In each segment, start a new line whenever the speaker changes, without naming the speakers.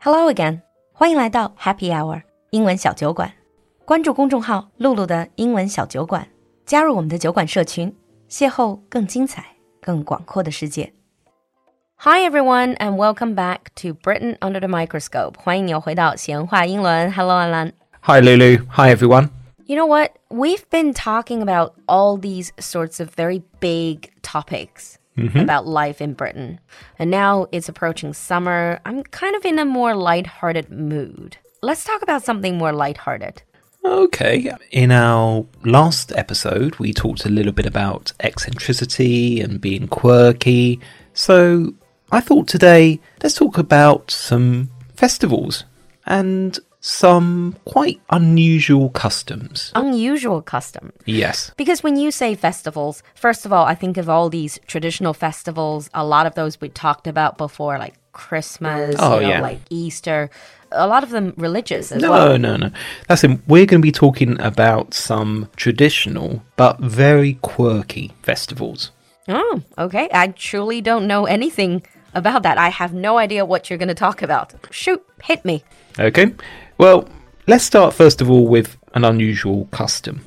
Hello again，欢迎来到 Happy Hour 英文小酒馆。关注公众号“露露的英文小酒馆”，加入我们的酒馆社群，邂逅更精彩、更广阔的世界。Hi everyone and welcome back to Britain under the microscope。欢迎你又回到闲话英伦。Hello 安兰。
Hi, Lulu. Hi, everyone.
You know what? We've been talking about all these sorts of very big topics
Mm-hmm.
about life in Britain. And now it's approaching summer. I'm kind of in a more lighthearted mood. Let's talk about something more lighthearted.
Okay. In our last episode, we talked a little bit about eccentricity and being quirky. So I thought today, let's talk about some festivals and some quite unusual customs.
Unusual customs.
Yes.
Because when you say festivals, first of all, I think of all these traditional festivals, a lot of those we talked about before, like Christmas,
Oh,
you know,
yeah.
like Easter, a lot of them religious as
No,
well.
no, no. That's it. We're going to be talking about some traditional but very quirky festivals.
Oh, okay. I truly don't know anything about that. I have no idea what you're going to talk about. Shoot, hit me.
Okay. Well, let's start first of all with an unusual custom.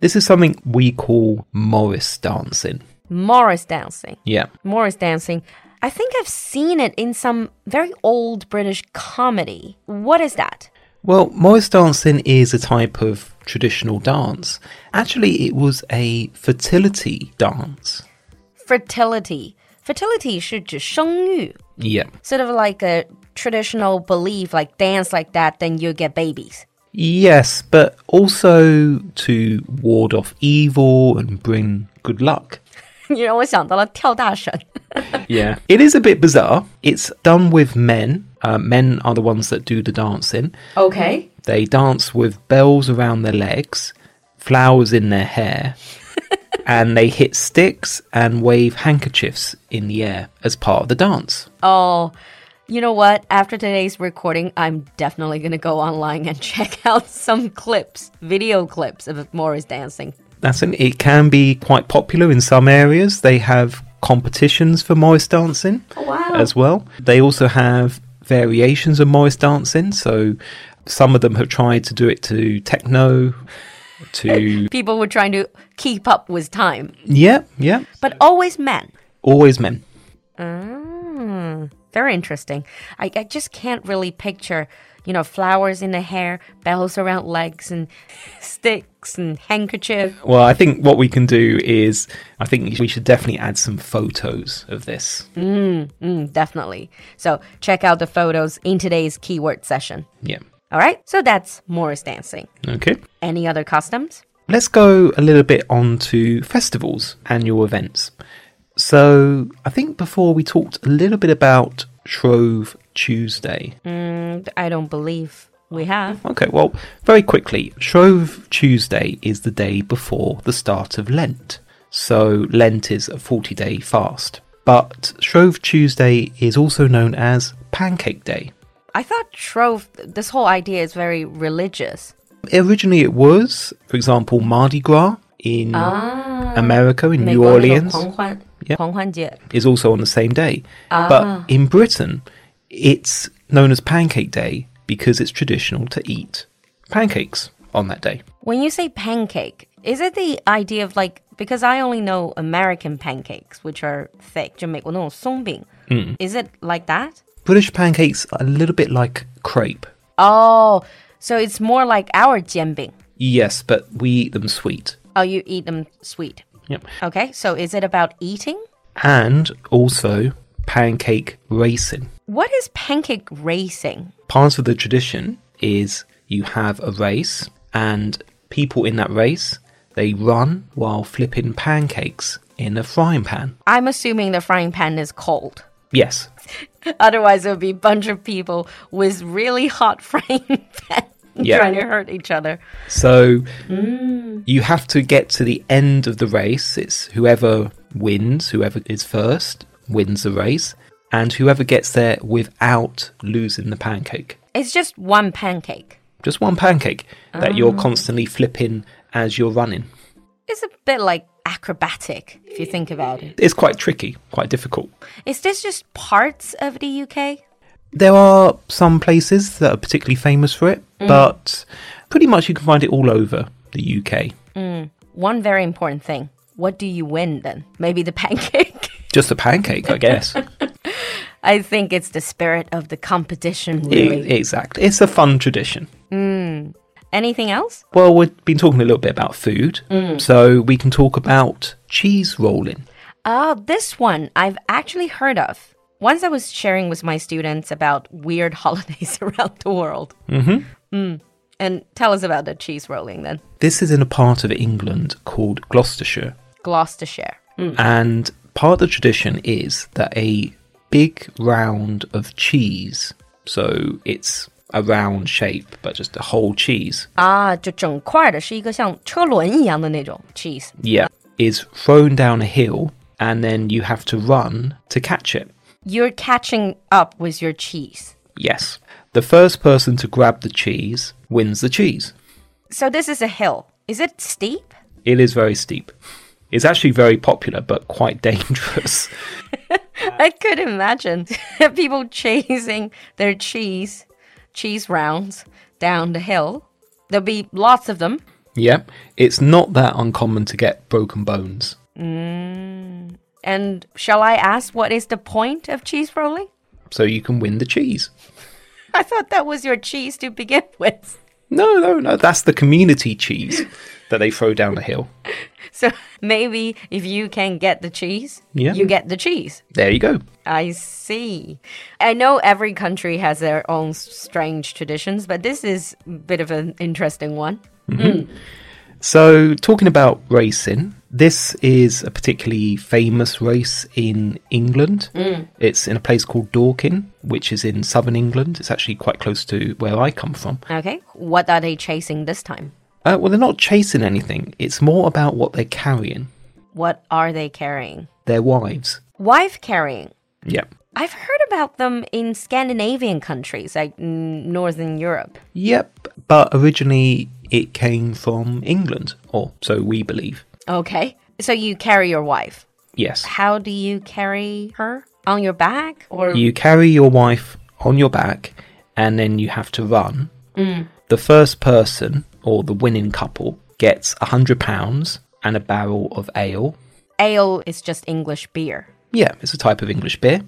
This is something we call Morris dancing.
Morris dancing.
Yeah.
Morris dancing. I think I've seen it in some very old British comedy. What is that?
Well, Morris dancing is a type of traditional dance. Actually, it was a fertility dance.
Fertility. Fertility 是指生育,
Yeah.
sort of like a traditional belief, like dance like that, then you get babies.
Yes, but also to ward off evil and bring good luck.
你让我想到了跳大神。
Yeah. It is a bit bizarre. It's done with men. Uh, men are the ones that do the dancing.
Okay.
They dance with bells around their legs, flowers in their hair, and they hit sticks and wave handkerchiefs in the air as part of the dance.
Oh, you know what? After today's recording, I'm definitely going to go online and check out some clips, video clips of Morris dancing.
That's an, it can be quite popular in some areas. They have competitions for Morris dancing
Wow.
as well. They also have variations of Morris dancing. So some of them have tried to do it to techno, to
People were trying to keep up with time,
yeah, yeah,
but always men.
always men.
Mm, very interesting. I, I just can't really picture, you know, flowers in the hair, bells around legs, and sticks and handkerchief.
Well, I think what we can do is, I think we should definitely add some photos of this.
Mm, definitely. So check out the photos in today's keyword session.
Yeah.
All right. So that's Morris dancing.
Okay.
Any other customs?
Let's go a little bit on to festivals, annual events. So I think before we talked a little bit about Shrove Tuesday.
Mm, I don't believe we have.
Okay, well, very quickly, Shrove Tuesday is the day before the start of Lent. So Lent is a 40 day fast. But Shrove Tuesday is also known as Pancake Day.
I thought Shrove, this whole idea is very religious.
Originally, it was, for example, Mardi Gras in America, in New
美国那种
Orleans,
狂欢-
Yeah.
狂欢节。
is also on the same day. But in Britain, it's known as Pancake Day because it's traditional to eat pancakes on that day.
When you say pancake, is it the idea of like, because I only know American pancakes, which are thick, 就美国那种松饼. Is it like that?
British pancakes are a little bit like crepe.
Oh, so it's more like our jianbing.
Yes, but we eat them sweet.
Oh, you eat them sweet.
Yep.
Okay, so is it about eating?
And also pancake racing.
What is pancake racing?
part of the tradition is you have a race and people in that race they run while flipping pancakes in a frying pan
I'm assuming the frying pan is cold.
yes
Otherwise, it would be a bunch of people with really hot frying pan
Yeah.
trying to hurt each other.
so you have to get to the end of the race it's whoever wins whoever is first wins the race and whoever gets there without losing the pancake
It's just one pancake.
just one pancake that you're constantly flipping as you're running
It's a bit like acrobatic if you think about it.
it's quite tricky quite difficult
Is this just parts of the UK?
There are some places that are particularly famous for it, but pretty much you can find it all over the UK.
One very important thing. What do you win then? Maybe the pancake?
Just a pancake, I guess.
I think it's the spirit of the competition, really.
E- exactly. It's a fun tradition.
Anything else?
Well, we've been talking a little bit about food, so we can talk about cheese rolling.
Oh, this one I've actually heard of. Once I was sharing with my students about weird holidays around the world. Mm-hmm. And tell us about the cheese rolling then.
This is in a part of England called Gloucestershire.
Gloucestershire.
And part of the tradition is that a big round of cheese, so it's a round shape, but just a whole cheese,
Ah, 啊，就整块的是一个像车轮一样的那种 cheese。
yeah, is thrown down a hill and then you have to run to catch it.
You're catching up with your cheese.
Yes. The first person to grab the cheese wins the cheese.
So this is a hill. Is it steep?
It is very steep. It's actually very popular, but quite dangerous.
I could imagine people chasing their cheese, cheese rounds down the hill. There'll be lots of them.
yep. It's not that uncommon to get broken bones.
And shall I ask what is the point of cheese rolling?
So you can win the cheese.
I thought that was your cheese to begin with.
No, no, no. That's the community cheese that they throw down the hill.
So maybe if you can get the cheese,
Yeah.
you get the cheese.
There you go.
I see. I know every country has their own s- strange traditions, but this is a bit of an interesting one.
So, talking about racing, this is a particularly famous race in England. It's in a place called Dorking, which is in southern England. It's actually quite close to where I come from.
Okay, what are they chasing this time?
Uh, well, they're not chasing anything, it's more about what they're carrying
What are they carrying?
their wives.
Wife carrying.
Yep.
I've heard about them in Scandinavian countries like mm, Northern Europe.
Yep. But originally, it came from England, or so we believe.
Okay, so you carry your wife.
Yes.
How do you carry her? On your back? Or
You carry your wife on your back, and then you have to run. The first person or the winning couple gets a hundred pounds and a barrel of ale.
ale is just English beer.
Yeah, it's a type of English beer.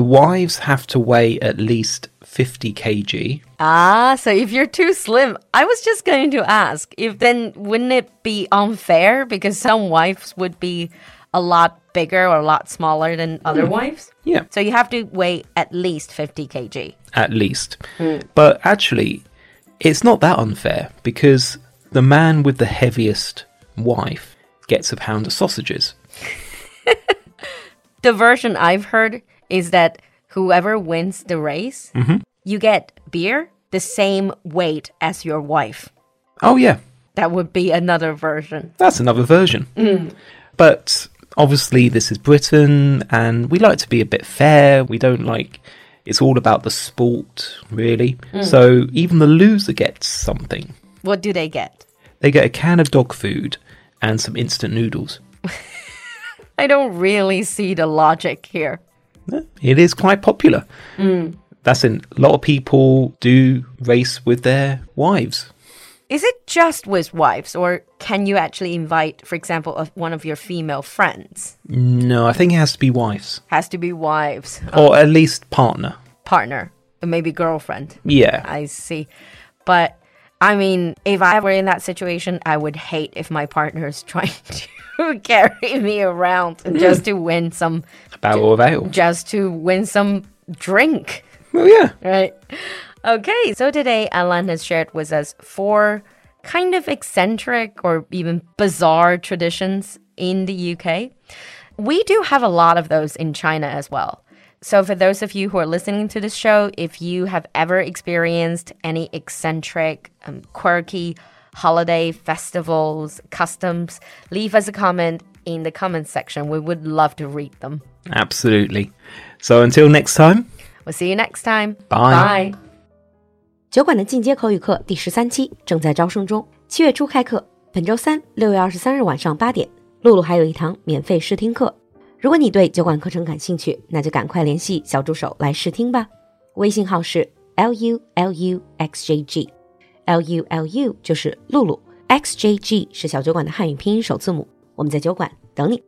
The wives have to weigh at least fifty kg.
Ah, so if you're too slim, I was just going to ask if then wouldn't it be unfair because some wives would be a lot bigger or a lot smaller than other wives?
Yeah,
So you have to weigh at least 50 kg.
at least. But actually, it's not that unfair because the man with the heaviest wife gets a pound of sausages.
The version I've heard is that whoever wins the race, you get beer the same weight as your wife.
Oh yeah,
That would be another version.
That's another version. But obviously, this is Britain, and we like to be a bit fair. We don't like it's all about the sport, really. So even the loser gets something.
What do they get?
They get a can of dog food and some instant noodles.
I don't really see the logic here.
It is quite popular. That's in a lot of people do race with their wives.
Is it just with wives, or can you actually invite, for example, of one of your female friends?
No, I think it has to be wives
Has to be wives,
or at least partner.
partner, or maybe girlfriend.
Yeah.
I see. But I mean, if I were in that situation, I would hate if my partner is trying to carry me around just to win some,
A barrel of ale.
just to win some drink.
Well, yeah.
Right. Okay. So today, Alan has shared with us four kind of eccentric or even bizarre traditions in the UK. We do have a lot of those in China as well. So, for those of you who are listening to this show, if you have ever experienced any eccentric, um, quirky holiday festivals, customs, leave us a comment in the comments section. We would love to read them.
Absolutely. So until next time.
We'll see you next time.
Bye.
Bye.
酒馆的进阶口语课第十三期正在招生中，七月初开课，本周三六月二十三日晚上八点，露露还有一堂免费试听课。如果你对酒馆课程感兴趣，那就赶快联系小助手来试听吧。微信号是 l u l u x j g。L U L U 就是露露，X J G 是小酒馆的汉语拼音首字母。我们在酒馆等你。